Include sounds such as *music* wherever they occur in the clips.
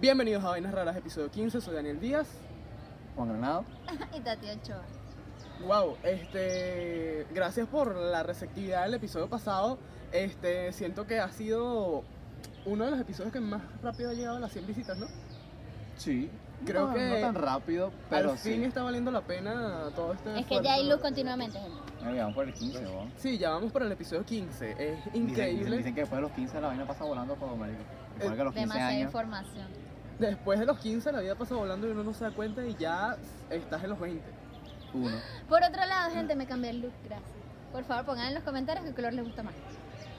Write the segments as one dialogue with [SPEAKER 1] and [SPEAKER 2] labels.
[SPEAKER 1] Bienvenidos a Vainas Raras, episodio 15. Soy Daniel Díaz.
[SPEAKER 2] Juan Granado.
[SPEAKER 3] y Tati Ochoa.
[SPEAKER 1] Wow, este, gracias por la receptividad del episodio pasado. Este, siento que ha sido uno de los episodios que más rápido ha llegado a las 100 visitas, ¿no?
[SPEAKER 2] Sí.
[SPEAKER 1] Creo
[SPEAKER 2] no,
[SPEAKER 1] que
[SPEAKER 2] No tan rápido, pero
[SPEAKER 1] Al
[SPEAKER 2] sí.
[SPEAKER 1] fin está valiendo la pena todo este
[SPEAKER 3] Es que ya hay luz continuamente, gente.
[SPEAKER 2] Mira, vamos por el 15, weón.
[SPEAKER 1] Sí, ya vamos por el episodio 15. Es Pues, increíble.
[SPEAKER 2] Dicen, dicen, dicen que después de los 15 la vaina pasa volando como marico. Recuerda que a los 15
[SPEAKER 3] Demasiada
[SPEAKER 2] años.
[SPEAKER 3] información.
[SPEAKER 1] Después de los 15 la vida pasa volando y uno no se da cuenta y ya estás en los 20.
[SPEAKER 2] Uno.
[SPEAKER 3] Por otro lado, gente, me cambié el look, gracias. Por favor, pongan en los comentarios qué color les gusta más.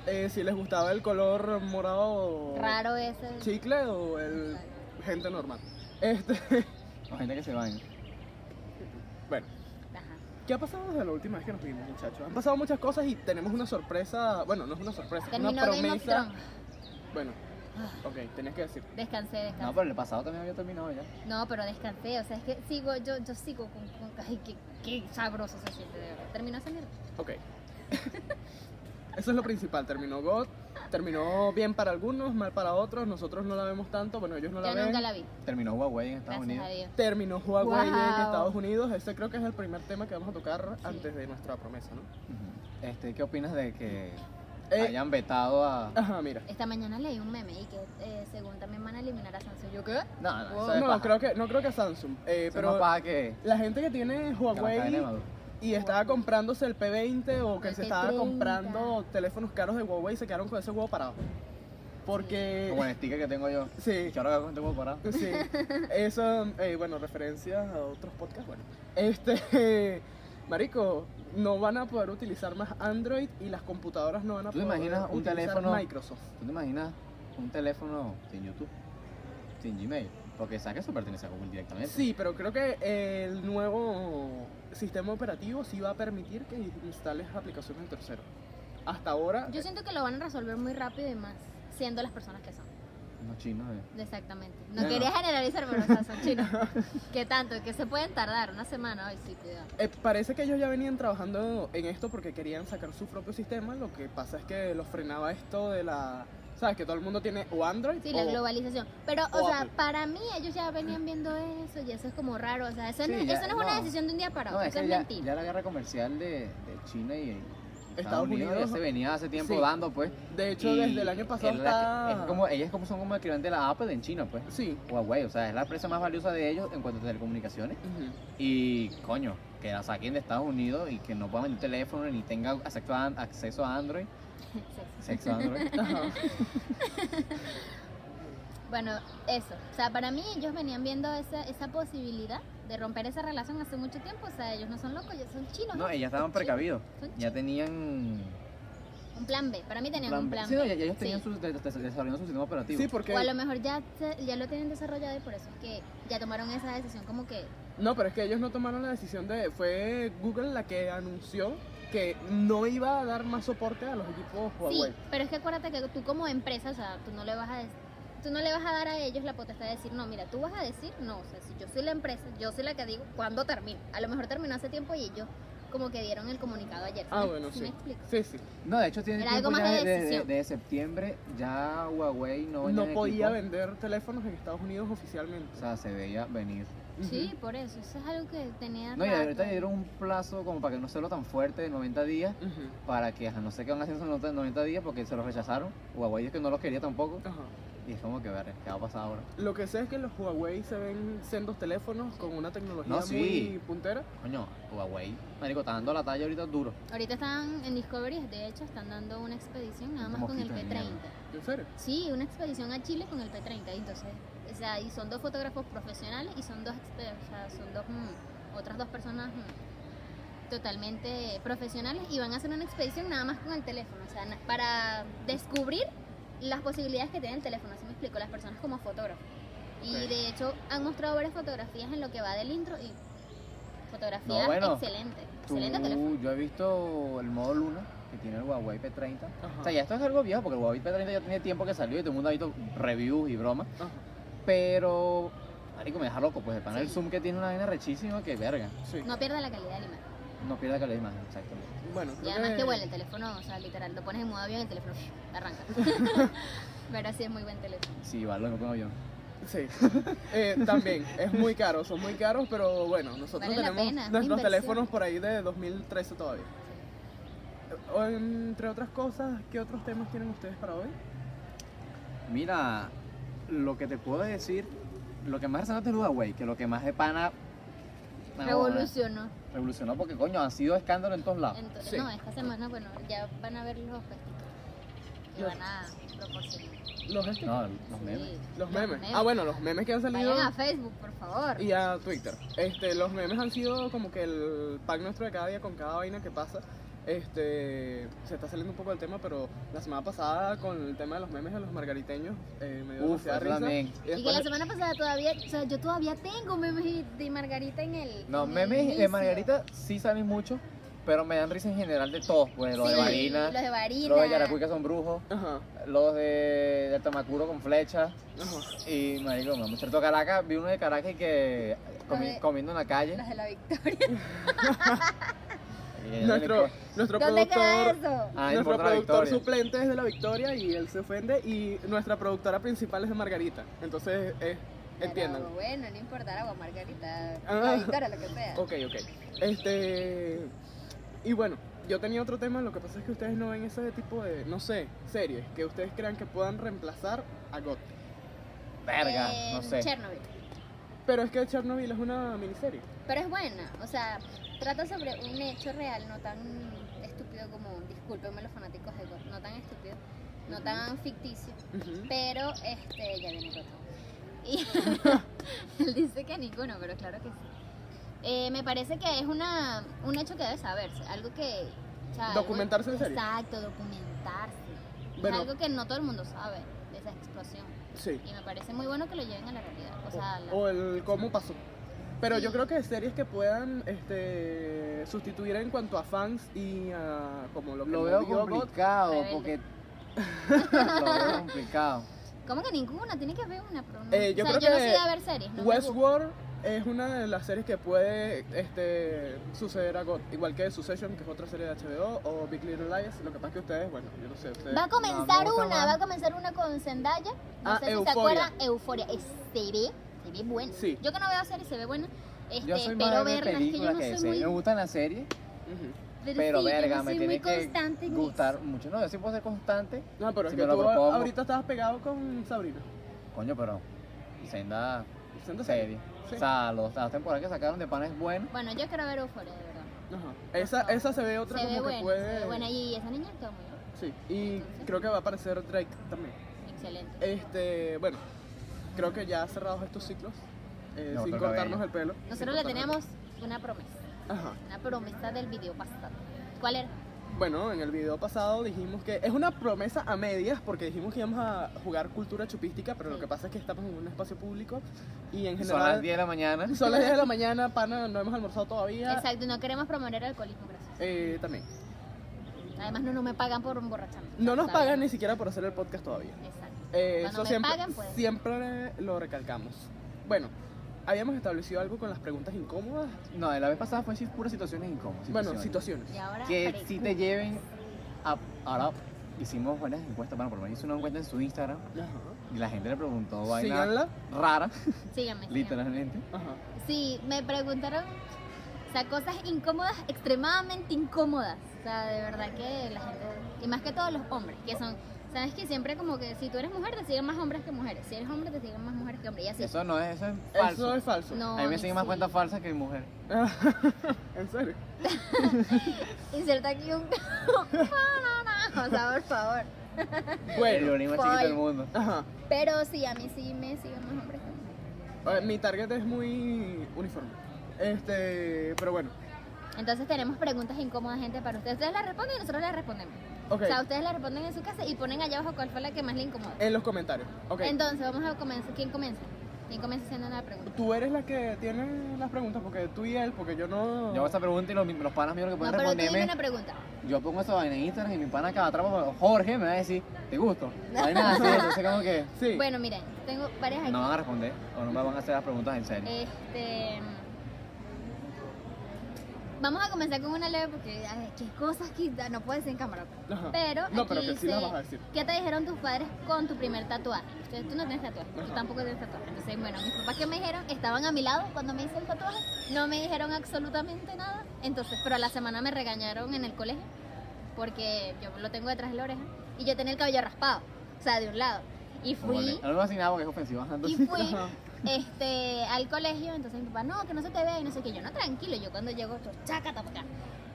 [SPEAKER 1] Eh, si les gustaba el color
[SPEAKER 2] Oh.
[SPEAKER 1] morado
[SPEAKER 3] Raro ese.
[SPEAKER 1] chicle o el gente normal. Este, *laughs*
[SPEAKER 2] La gente que se baña.
[SPEAKER 1] bueno,
[SPEAKER 3] Ajá.
[SPEAKER 1] ¿qué ha pasado desde la última vez que nos vimos, muchachos? Han pasado muchas cosas y tenemos una sorpresa, bueno, no es una sorpresa, es
[SPEAKER 3] Terminó
[SPEAKER 1] una
[SPEAKER 3] Game of
[SPEAKER 1] promesa.
[SPEAKER 3] Thrones. Ah,
[SPEAKER 1] Bueno, ok, tenías que decir.
[SPEAKER 3] Descansé,
[SPEAKER 2] No,
[SPEAKER 3] descansé.
[SPEAKER 2] pero el pasado también había terminado ya.
[SPEAKER 3] No, pero descansé. O sea, es que sigo, yo, yo sigo con. con- ay, qué, qué sabroso se siente de verdad. Terminó esa mierda.
[SPEAKER 1] Ok. *laughs* Eso es lo principal, terminó God, terminó bien para algunos, mal para otros, nosotros no la vemos tanto, bueno, ellos no la
[SPEAKER 3] Yo
[SPEAKER 1] ven.
[SPEAKER 3] nunca la vi.
[SPEAKER 2] Terminó Huawei en Estados
[SPEAKER 3] Gracias
[SPEAKER 2] Unidos.
[SPEAKER 3] a Dios.
[SPEAKER 1] Terminó Huawei en
[SPEAKER 3] Wow.
[SPEAKER 1] Estados Unidos, ese creo que es el primer tema que vamos a tocar
[SPEAKER 3] Sí.
[SPEAKER 1] antes de nuestra promesa, ¿no?
[SPEAKER 2] Ujú. Este, ¿qué opinas de que
[SPEAKER 1] Eh,
[SPEAKER 2] hayan vetado a.
[SPEAKER 1] Ajá, mira.
[SPEAKER 3] Esta mañana leí un meme y que eh, según también van a eliminar a Samsung. ¿Yo qué?
[SPEAKER 2] No, no, eso es
[SPEAKER 1] No,
[SPEAKER 2] paja.
[SPEAKER 1] creo que, no creo que Samsung, eh,
[SPEAKER 2] Eso es
[SPEAKER 1] pero
[SPEAKER 2] más paja que.
[SPEAKER 1] la gente que tiene
[SPEAKER 2] que la cadena de
[SPEAKER 1] Huawei
[SPEAKER 2] Maduro.
[SPEAKER 1] y estaba comprándose el P20 o que
[SPEAKER 3] El
[SPEAKER 1] se estaba
[SPEAKER 3] P30.
[SPEAKER 1] comprando teléfonos caros de Huawei se quedaron con ese huevo parado.
[SPEAKER 2] Como el
[SPEAKER 1] Porque...
[SPEAKER 2] sticker que tengo yo.
[SPEAKER 1] Sí,
[SPEAKER 2] ¿Y ahora hago con este huevo parado?
[SPEAKER 1] sí. Eso, eh, bueno, referencias a otros podcasts, bueno. Este, *laughs* marico, no van a poder utilizar más Android y las computadoras no van a
[SPEAKER 2] ¿Tú te
[SPEAKER 1] poder
[SPEAKER 2] imaginas un
[SPEAKER 1] utilizar
[SPEAKER 2] teléfono-
[SPEAKER 1] Microsoft.
[SPEAKER 2] ¿Tú te imaginas un teléfono sin YouTube? Sin Gmail. Porque sabes que eso pertenece a Google directamente.
[SPEAKER 1] Sí, pero creo que el nuevo sistema operativo sí va a permitir que instales aplicaciones de tercero. Hasta ahora,
[SPEAKER 3] Yo siento que lo van a resolver muy rápido y más siendo las personas que son.
[SPEAKER 2] Unos chinos de.
[SPEAKER 3] Exactamente.
[SPEAKER 2] Ya
[SPEAKER 3] No
[SPEAKER 2] no.
[SPEAKER 3] quería generalizar, pero o sea, son chinos.
[SPEAKER 2] *laughs*
[SPEAKER 3] ¿Qué tanto? Que se pueden tardar una semana. Ay, sí, cuidado.
[SPEAKER 1] eh, parece que ellos ya venían trabajando en esto porque querían sacar su propio sistema. Lo que pasa es que los frenaba esto de la. ¿Sabes? Que todo el mundo tiene o Android
[SPEAKER 3] Sí,
[SPEAKER 1] o.
[SPEAKER 3] la globalización. Pero,
[SPEAKER 1] o
[SPEAKER 3] o sea,
[SPEAKER 1] Apple.
[SPEAKER 3] para mí ellos ya venían viendo eso y eso es como raro. O sea, eso,
[SPEAKER 2] Sí,
[SPEAKER 3] no,
[SPEAKER 2] ya-
[SPEAKER 3] eso no es una
[SPEAKER 2] no.
[SPEAKER 3] decisión de un día para
[SPEAKER 2] No,
[SPEAKER 3] otro.
[SPEAKER 2] es
[SPEAKER 3] eso
[SPEAKER 2] que
[SPEAKER 3] es
[SPEAKER 2] ya,
[SPEAKER 3] mentira.
[SPEAKER 2] ya la guerra comercial de, de China y, y
[SPEAKER 1] Estados
[SPEAKER 2] Estados Unidos, ya
[SPEAKER 1] Unidos.
[SPEAKER 2] se venía hace tiempo
[SPEAKER 1] Sí.
[SPEAKER 2] dando, pues.
[SPEAKER 1] De hecho,
[SPEAKER 2] y
[SPEAKER 1] desde el año pasado
[SPEAKER 2] es la que-
[SPEAKER 1] está.
[SPEAKER 2] es como, ellas como son como el cliente de la Apple en China, pues.
[SPEAKER 1] Sí.
[SPEAKER 2] Huawei, o sea, es la empresa más valiosa de ellos en cuanto a telecomunicaciones.
[SPEAKER 1] Ujú.
[SPEAKER 2] Y, coño, que la saquen de Estados Unidos y que no puedan vender teléfono ni tengan acceso a, acceso a Android.
[SPEAKER 3] Sexo.
[SPEAKER 2] Sexo a Android.
[SPEAKER 1] Ajá.
[SPEAKER 3] Bueno, eso. O sea, para mí ellos venían viendo esa, esa posibilidad de romper esa relación hace mucho tiempo. O sea, ellos no son locos, ellos son chinos.
[SPEAKER 2] No, ellas estaban
[SPEAKER 3] Son chinos,
[SPEAKER 2] precavidos.
[SPEAKER 3] son
[SPEAKER 2] Ya tenían.
[SPEAKER 3] Un plan B. Para mí tenían
[SPEAKER 2] plan
[SPEAKER 3] un
[SPEAKER 2] B.
[SPEAKER 3] plan
[SPEAKER 2] Sí, no, ya,
[SPEAKER 3] B.
[SPEAKER 2] ya ellos tenían
[SPEAKER 3] Sí.
[SPEAKER 2] sus, de- de- desarrollando su sistema operativo.
[SPEAKER 1] Sí, porque.
[SPEAKER 3] O a lo mejor ya, se- ya lo tienen desarrollado y por eso es que ya tomaron esa decisión como que
[SPEAKER 1] No, pero es que ellos no tomaron la decisión de. Fue Google la que anunció que no iba a dar más soporte a los equipos
[SPEAKER 2] Pues
[SPEAKER 1] Huawei.
[SPEAKER 3] Sí, pero es que acuérdate que tú como empresa, o sea, tú no le vas a des- tú no le vas a dar a ellos la potestad de decir, no, mira, tú vas a decir, no, o sea, si yo soy la empresa, yo soy la que digo cuándo termina. A lo mejor terminó hace tiempo y ellos como que dieron el comunicado ayer. ¿sí
[SPEAKER 1] Ah,
[SPEAKER 3] me-
[SPEAKER 1] bueno, sí.
[SPEAKER 3] me explico?
[SPEAKER 1] Sí, sí.
[SPEAKER 2] No, de hecho tiene
[SPEAKER 3] Era
[SPEAKER 2] tiempo
[SPEAKER 3] algo
[SPEAKER 2] ya
[SPEAKER 3] más de
[SPEAKER 2] de, de,
[SPEAKER 3] decisión.
[SPEAKER 2] de septiembre ya Huawei no
[SPEAKER 1] No
[SPEAKER 2] vendía
[SPEAKER 1] podía
[SPEAKER 2] equipo.
[SPEAKER 1] vender teléfonos en Estados Unidos oficialmente.
[SPEAKER 2] O sea, se veía venir.
[SPEAKER 3] Sí, por eso, eso es algo que tenía
[SPEAKER 2] No, y
[SPEAKER 3] rato.
[SPEAKER 2] ahorita dieron un plazo como para que no se lo tan fuerte de 90 días
[SPEAKER 1] Ujú, ujú,
[SPEAKER 2] para que, ajá, no sé qué van a hacer en esos 90 días porque se los rechazaron. Huawei es que no los quería tampoco.
[SPEAKER 1] ajá.
[SPEAKER 2] Y es como que, ver, ¿qué va a pasar ahora?
[SPEAKER 1] Lo que sé es que los Huawei se ven sendos teléfonos con una tecnología
[SPEAKER 2] No, sí.
[SPEAKER 1] muy puntera.
[SPEAKER 2] Coño, Huawei, marico, está dando la talla ahorita duro.
[SPEAKER 3] Ahorita están en Discovery, de hecho, están dando una expedición nada más
[SPEAKER 2] Como
[SPEAKER 3] con el
[SPEAKER 2] quita de
[SPEAKER 3] P30.
[SPEAKER 2] mierda.
[SPEAKER 1] ¿En serio?
[SPEAKER 3] Sí, una expedición a Chile con el P30, y entonces, o sea, y son dos fotógrafos profesionales y son dos expertos, o sea, son dos, mm, otras dos personas mm, totalmente profesionales y van a hacer una expedición nada más con el teléfono, o sea, na- para descubrir las posibilidades que tiene el teléfono, así me explico, las personas como fotógrafos. Y
[SPEAKER 1] Ok.
[SPEAKER 3] de hecho han mostrado varias fotografías en lo que va del intro y fotografías
[SPEAKER 2] No, bueno,
[SPEAKER 3] excelentes,
[SPEAKER 2] Tú-
[SPEAKER 3] excelente teléfono.
[SPEAKER 2] yo he visto el modo Luna que tiene el Huawei P30.
[SPEAKER 1] Ajá.
[SPEAKER 2] O sea, ya esto es algo viejo porque el Huawei P30 ya tiene tiempo que salió y todo el mundo ha visto reviews y bromas.
[SPEAKER 1] Ajá.
[SPEAKER 2] Pero, marico, me deja loco, pues el panel
[SPEAKER 3] Sí.
[SPEAKER 2] zoom que tiene una vaina rechísima que verga.
[SPEAKER 1] Sí.
[SPEAKER 3] No pierde la calidad del imagen.
[SPEAKER 2] No pierda calidad de imagen, exactamente.
[SPEAKER 1] Bueno,
[SPEAKER 3] Y
[SPEAKER 1] creo
[SPEAKER 3] además
[SPEAKER 1] que
[SPEAKER 3] que huele el teléfono, o sea, literal, lo *laughs* pones en modo avión y el teléfono arranca. Pero sí es muy buen teléfono.
[SPEAKER 2] Sí, va lo mismo que un avión.
[SPEAKER 1] Sí, *laughs* Eh, también, es muy caro, son muy caros, pero bueno, nosotros
[SPEAKER 3] Vale la
[SPEAKER 1] tenemos
[SPEAKER 3] pena, es una
[SPEAKER 1] nuestros
[SPEAKER 3] inversión.
[SPEAKER 1] teléfonos por ahí de 2013 todavía. O, entre otras cosas, ¿qué otros temas tienen ustedes para hoy?
[SPEAKER 2] Mira, lo que te puedo decir, lo que más resalta es Huawei, que lo que más de pana no,
[SPEAKER 3] Revolucionó.
[SPEAKER 2] eh, revolucionó porque coño, ha sido escándalo en todos lados.
[SPEAKER 3] Entonces,
[SPEAKER 1] Sí.
[SPEAKER 3] No, esta semana, bueno, ya van a ver los festivales que
[SPEAKER 1] Los-
[SPEAKER 3] van a proporcionar.
[SPEAKER 1] Los stickers.
[SPEAKER 2] No, los memes.
[SPEAKER 3] Sí,
[SPEAKER 1] Los memes. Ah, bueno, los memes que han salido
[SPEAKER 3] Vayan a Facebook, por favor.
[SPEAKER 1] y a Twitter. Este, los memes han sido como que el pack nuestro de cada día con cada vaina que pasa. Este, se está saliendo un poco del tema, pero la semana pasada con el tema de los memes de los margariteños eh, me dio
[SPEAKER 2] Uf,
[SPEAKER 1] demasiada
[SPEAKER 2] eso
[SPEAKER 1] risa.
[SPEAKER 2] también.
[SPEAKER 1] Y
[SPEAKER 3] Y que
[SPEAKER 1] después-
[SPEAKER 3] la semana pasada todavía, o sea, yo todavía tengo memes de Margarita en el.
[SPEAKER 2] No,
[SPEAKER 3] en el
[SPEAKER 2] memes de
[SPEAKER 3] inicio.
[SPEAKER 2] Margarita sí salen muchos, pero me dan risa en general de todos, pues los
[SPEAKER 3] Sí,
[SPEAKER 2] de Marina,
[SPEAKER 3] Los de Varina.
[SPEAKER 2] los de Yaracuy que son brujos,
[SPEAKER 1] Ajá,
[SPEAKER 2] los de, de Tamacuro con flecha.
[SPEAKER 1] ajá.
[SPEAKER 2] Y marico, me mostré todo Caracas, vi uno de Caracas y que comi-
[SPEAKER 3] Los de-
[SPEAKER 2] comiendo en la calle.
[SPEAKER 3] Los de la Victoria.
[SPEAKER 2] Y ella le
[SPEAKER 1] Nuestro,
[SPEAKER 2] co-
[SPEAKER 1] nuestro
[SPEAKER 3] ¿Dónde queda
[SPEAKER 1] productor.
[SPEAKER 3] eso?
[SPEAKER 2] Ah,
[SPEAKER 1] nuestro
[SPEAKER 2] importa la
[SPEAKER 1] productor
[SPEAKER 2] victoria.
[SPEAKER 1] suplente es de la Victoria y él se ofende y nuestra productora principal es de Margarita. Entonces, eh, entiendan.
[SPEAKER 3] Pero bueno, no importa, agua Margarita.
[SPEAKER 1] Ah.
[SPEAKER 3] La Victoria, lo que sea.
[SPEAKER 1] Ok, ok. Este. Y bueno, yo tenía otro tema, lo que pasa es que ustedes no ven ese tipo de, no sé, series que ustedes crean que puedan reemplazar a GOT.
[SPEAKER 2] Verga, no
[SPEAKER 3] Eh,
[SPEAKER 2] sé.
[SPEAKER 3] Chernobyl.
[SPEAKER 1] Pero es que Chernobyl es una miniserie.
[SPEAKER 3] Pero es buena, o sea, trata sobre un hecho real, no tan estúpido como, discúlpenme los fanáticos de God, no tan estúpido, no
[SPEAKER 1] Ujú.
[SPEAKER 3] tan ficticio,
[SPEAKER 1] Ujú.
[SPEAKER 3] pero este, ya viene el otro.
[SPEAKER 1] *laughs*
[SPEAKER 3] Y *laughs* él dice que ninguno, pero claro que sí. Eh, me parece que es una, un hecho que debe saberse, algo que... o sea, algo-
[SPEAKER 1] Documentarse en serio.
[SPEAKER 3] Exacto, documentarse.
[SPEAKER 1] Bueno,
[SPEAKER 3] Algo que no todo el mundo sabe de esa explosión.
[SPEAKER 1] sí.
[SPEAKER 3] Y me parece muy bueno que lo lleven a la realidad. O
[SPEAKER 1] O,
[SPEAKER 3] sea, la-
[SPEAKER 1] o el cómo pasó. Pero yo
[SPEAKER 3] Sí.
[SPEAKER 1] creo que series que puedan este, sustituir en cuanto a fans y a como lo que
[SPEAKER 2] Lo
[SPEAKER 1] movió
[SPEAKER 2] veo
[SPEAKER 1] Glee.
[SPEAKER 2] complicado *laughs*
[SPEAKER 3] Rebelde.
[SPEAKER 2] porque. Lo veo complicado.
[SPEAKER 3] ¿Cómo que ninguna? Tiene que haber una, pero no.
[SPEAKER 1] Eh, yo
[SPEAKER 3] o sea,
[SPEAKER 1] creo
[SPEAKER 3] yo no
[SPEAKER 1] que
[SPEAKER 3] sé de ver series. No me gusta.
[SPEAKER 1] Westworld es una de las series que puede este, suceder a God, igual que Succession, que es otra serie de HBO, o Big Little Lies. Lo que pasa es que ustedes, bueno, yo no sé, ustedes.
[SPEAKER 3] Va a comenzar
[SPEAKER 2] No, no,
[SPEAKER 3] una,
[SPEAKER 2] jamás.
[SPEAKER 3] va a comenzar una con Zendaya. No
[SPEAKER 1] Ah,
[SPEAKER 3] sé si
[SPEAKER 1] Euphoria.
[SPEAKER 3] se acuerdan. Euforia. Se ve, se ve buena.
[SPEAKER 1] Sí.
[SPEAKER 3] Yo que no veo series, se ve buena. Este,
[SPEAKER 2] Yo soy
[SPEAKER 3] pero
[SPEAKER 2] más de
[SPEAKER 3] verla, es que yo
[SPEAKER 2] películas
[SPEAKER 3] no
[SPEAKER 2] que de
[SPEAKER 3] soy
[SPEAKER 2] series.
[SPEAKER 3] muy.
[SPEAKER 2] Me gustan las series,
[SPEAKER 1] Ujú.
[SPEAKER 2] pero
[SPEAKER 3] sí, yo no
[SPEAKER 2] verga, me
[SPEAKER 3] soy muy
[SPEAKER 2] tiene
[SPEAKER 3] constante
[SPEAKER 2] que
[SPEAKER 3] en
[SPEAKER 2] gustar
[SPEAKER 3] eso.
[SPEAKER 2] mucho. No, yo sí puedo ser constante.
[SPEAKER 1] No, pero
[SPEAKER 2] Si
[SPEAKER 1] es
[SPEAKER 2] me
[SPEAKER 1] que
[SPEAKER 2] lo
[SPEAKER 1] tú
[SPEAKER 2] propongo.
[SPEAKER 1] ahorita estabas pegado con Sabrina.
[SPEAKER 2] Coño, pero. Senda
[SPEAKER 1] Senda
[SPEAKER 2] serie.
[SPEAKER 1] Sí.
[SPEAKER 2] O sea, los- las temporadas que sacaron de pana es bueno.
[SPEAKER 3] Bueno, yo quiero ver Euforia, de verdad.
[SPEAKER 1] Ajá. Esa,
[SPEAKER 3] favor.
[SPEAKER 1] esa se ve otra
[SPEAKER 3] se
[SPEAKER 1] como
[SPEAKER 3] ve
[SPEAKER 1] que
[SPEAKER 3] buena.
[SPEAKER 1] puede.
[SPEAKER 3] Se ve buena. Y esa niña está muy bien.
[SPEAKER 1] Sí. Y
[SPEAKER 3] Entonces.
[SPEAKER 1] creo que va a aparecer Drake también.
[SPEAKER 3] Excelente.
[SPEAKER 1] Este, bueno, creo que ya cerrados estos ciclos. eh,
[SPEAKER 2] No,
[SPEAKER 1] sin
[SPEAKER 2] otro
[SPEAKER 1] cortarnos
[SPEAKER 2] cabello.
[SPEAKER 1] el pelo. sin
[SPEAKER 3] Nosotros le
[SPEAKER 1] cortarnos el
[SPEAKER 3] teníamos una promesa.
[SPEAKER 1] pelo. Ajá.
[SPEAKER 3] Una promesa del video pasado. ¿Cuál era?
[SPEAKER 1] Bueno, en el video pasado dijimos que es una promesa a medias porque dijimos que íbamos a jugar cultura chupística, pero lo que pasa es que estamos en un espacio público y en
[SPEAKER 2] Son las
[SPEAKER 1] general
[SPEAKER 2] 10 de la mañana.
[SPEAKER 1] son las 10 de la mañana, pana, no hemos almorzado todavía.
[SPEAKER 3] Exacto, no queremos promover el alcoholismo, gracias.
[SPEAKER 1] Eh, también.
[SPEAKER 3] Además, no, no me pagan por emborracharme.
[SPEAKER 1] No nos
[SPEAKER 3] ¿sabes?
[SPEAKER 1] pagan ni siquiera por hacer el podcast todavía.
[SPEAKER 3] Exacto.
[SPEAKER 1] Eh,
[SPEAKER 3] Cuando
[SPEAKER 1] eso
[SPEAKER 3] me
[SPEAKER 1] siempre,
[SPEAKER 3] paguen, pues.
[SPEAKER 1] siempre lo recalcamos. Bueno, habíamos establecido algo con las preguntas incómodas.
[SPEAKER 2] No, la vez pasada fue así, puras situaciones incómodas.
[SPEAKER 1] Bueno,
[SPEAKER 2] situaciones.
[SPEAKER 1] situaciones.
[SPEAKER 3] Y ahora.
[SPEAKER 2] que
[SPEAKER 3] pregunta.
[SPEAKER 2] si te lleven a, ahora hicimos buenas encuestas bueno por lo menos hice una encuesta en su Instagram
[SPEAKER 1] Ajá.
[SPEAKER 2] y la gente le preguntó vainas
[SPEAKER 1] Síganla.
[SPEAKER 2] raras
[SPEAKER 3] Síganme. síganme.
[SPEAKER 2] *laughs* literalmente
[SPEAKER 1] Ajá.
[SPEAKER 3] Sí, me preguntaron. O sea, cosas incómodas, extremadamente incómodas. O sea, de verdad que la gente. Y más que todos los hombres, que son. Sabes que siempre como que si tú eres mujer te siguen más hombres que mujeres. Si eres hombre te siguen más mujeres que hombres. Y así.
[SPEAKER 2] eso no es eso es
[SPEAKER 1] Eso
[SPEAKER 2] falso
[SPEAKER 1] es falso.
[SPEAKER 3] No,
[SPEAKER 2] a mí me siguen más
[SPEAKER 3] sí.
[SPEAKER 2] cuentas falsas que mujeres
[SPEAKER 1] *laughs* en serio.
[SPEAKER 3] Inserta aquí un. *laughs* o sea, por favor.
[SPEAKER 2] el
[SPEAKER 1] Bueno,
[SPEAKER 2] leonismo más chiquito del
[SPEAKER 3] Fal-
[SPEAKER 2] mundo
[SPEAKER 1] ajá.
[SPEAKER 3] Pero sí, a mí sí me siguen más hombres que mujeres.
[SPEAKER 1] Eh, Mi target es muy uniforme. Este, pero bueno.
[SPEAKER 3] Entonces tenemos preguntas incómodas, gente, para ustedes. Ustedes las responden y nosotros las respondemos.
[SPEAKER 1] Ok.
[SPEAKER 3] O sea, ustedes las responden en su casa y ponen allá abajo cuál fue la que más le incomoda.
[SPEAKER 1] En los comentarios. Ok.
[SPEAKER 3] Entonces, vamos a comenzar. ¿Quién comienza? ¿Quién comienza haciendo la pregunta?
[SPEAKER 1] tú eres la que tiene las preguntas porque tú y él, porque yo no.
[SPEAKER 2] yo hago esa pregunta y los, los panas míos lo que
[SPEAKER 3] No,
[SPEAKER 2] pueden
[SPEAKER 3] pero tú dime
[SPEAKER 2] responderme
[SPEAKER 3] una pregunta.
[SPEAKER 2] yo pongo esa vaina en Instagram y mi pana cada trapo Jorge me va a decir te gusto a mí me va a decir entonces como que
[SPEAKER 1] Sí.
[SPEAKER 3] Bueno, miren, tengo varias aquí.
[SPEAKER 2] no van a
[SPEAKER 3] Eh,
[SPEAKER 2] responder o no me van a hacer las preguntas en serio
[SPEAKER 3] Este. Vamos a comenzar con una leve porque, a ver, qué cosas que no puedes en cámara.
[SPEAKER 1] Ajá.
[SPEAKER 3] Pero
[SPEAKER 1] no,
[SPEAKER 3] aquí
[SPEAKER 1] pero que sí
[SPEAKER 3] dice-
[SPEAKER 1] las vas a decir.
[SPEAKER 3] ¿Qué te dijeron tus padres con tu primer tatuaje? Entonces, tú no tienes tatuaje, tú
[SPEAKER 1] Ajá.
[SPEAKER 3] tampoco tienes tatuaje. Entonces, bueno, mis papás que me dijeron, estaban a mi lado cuando me hice el tatuaje, no me dijeron absolutamente nada. Entonces, pero a la semana me regañaron en el colegio porque yo lo tengo detrás de la oreja y yo tenía el cabello raspado, o sea, de un lado. Y fui
[SPEAKER 2] Órale. No lo vas a nada porque es ofensivo. ajá, *laughs*
[SPEAKER 3] y
[SPEAKER 2] entonces-
[SPEAKER 3] fui este, al colegio, entonces mi papá, no, que no se te vea, y no sé qué, yo no, tranquilo, yo cuando llego, yo, chácata para acá.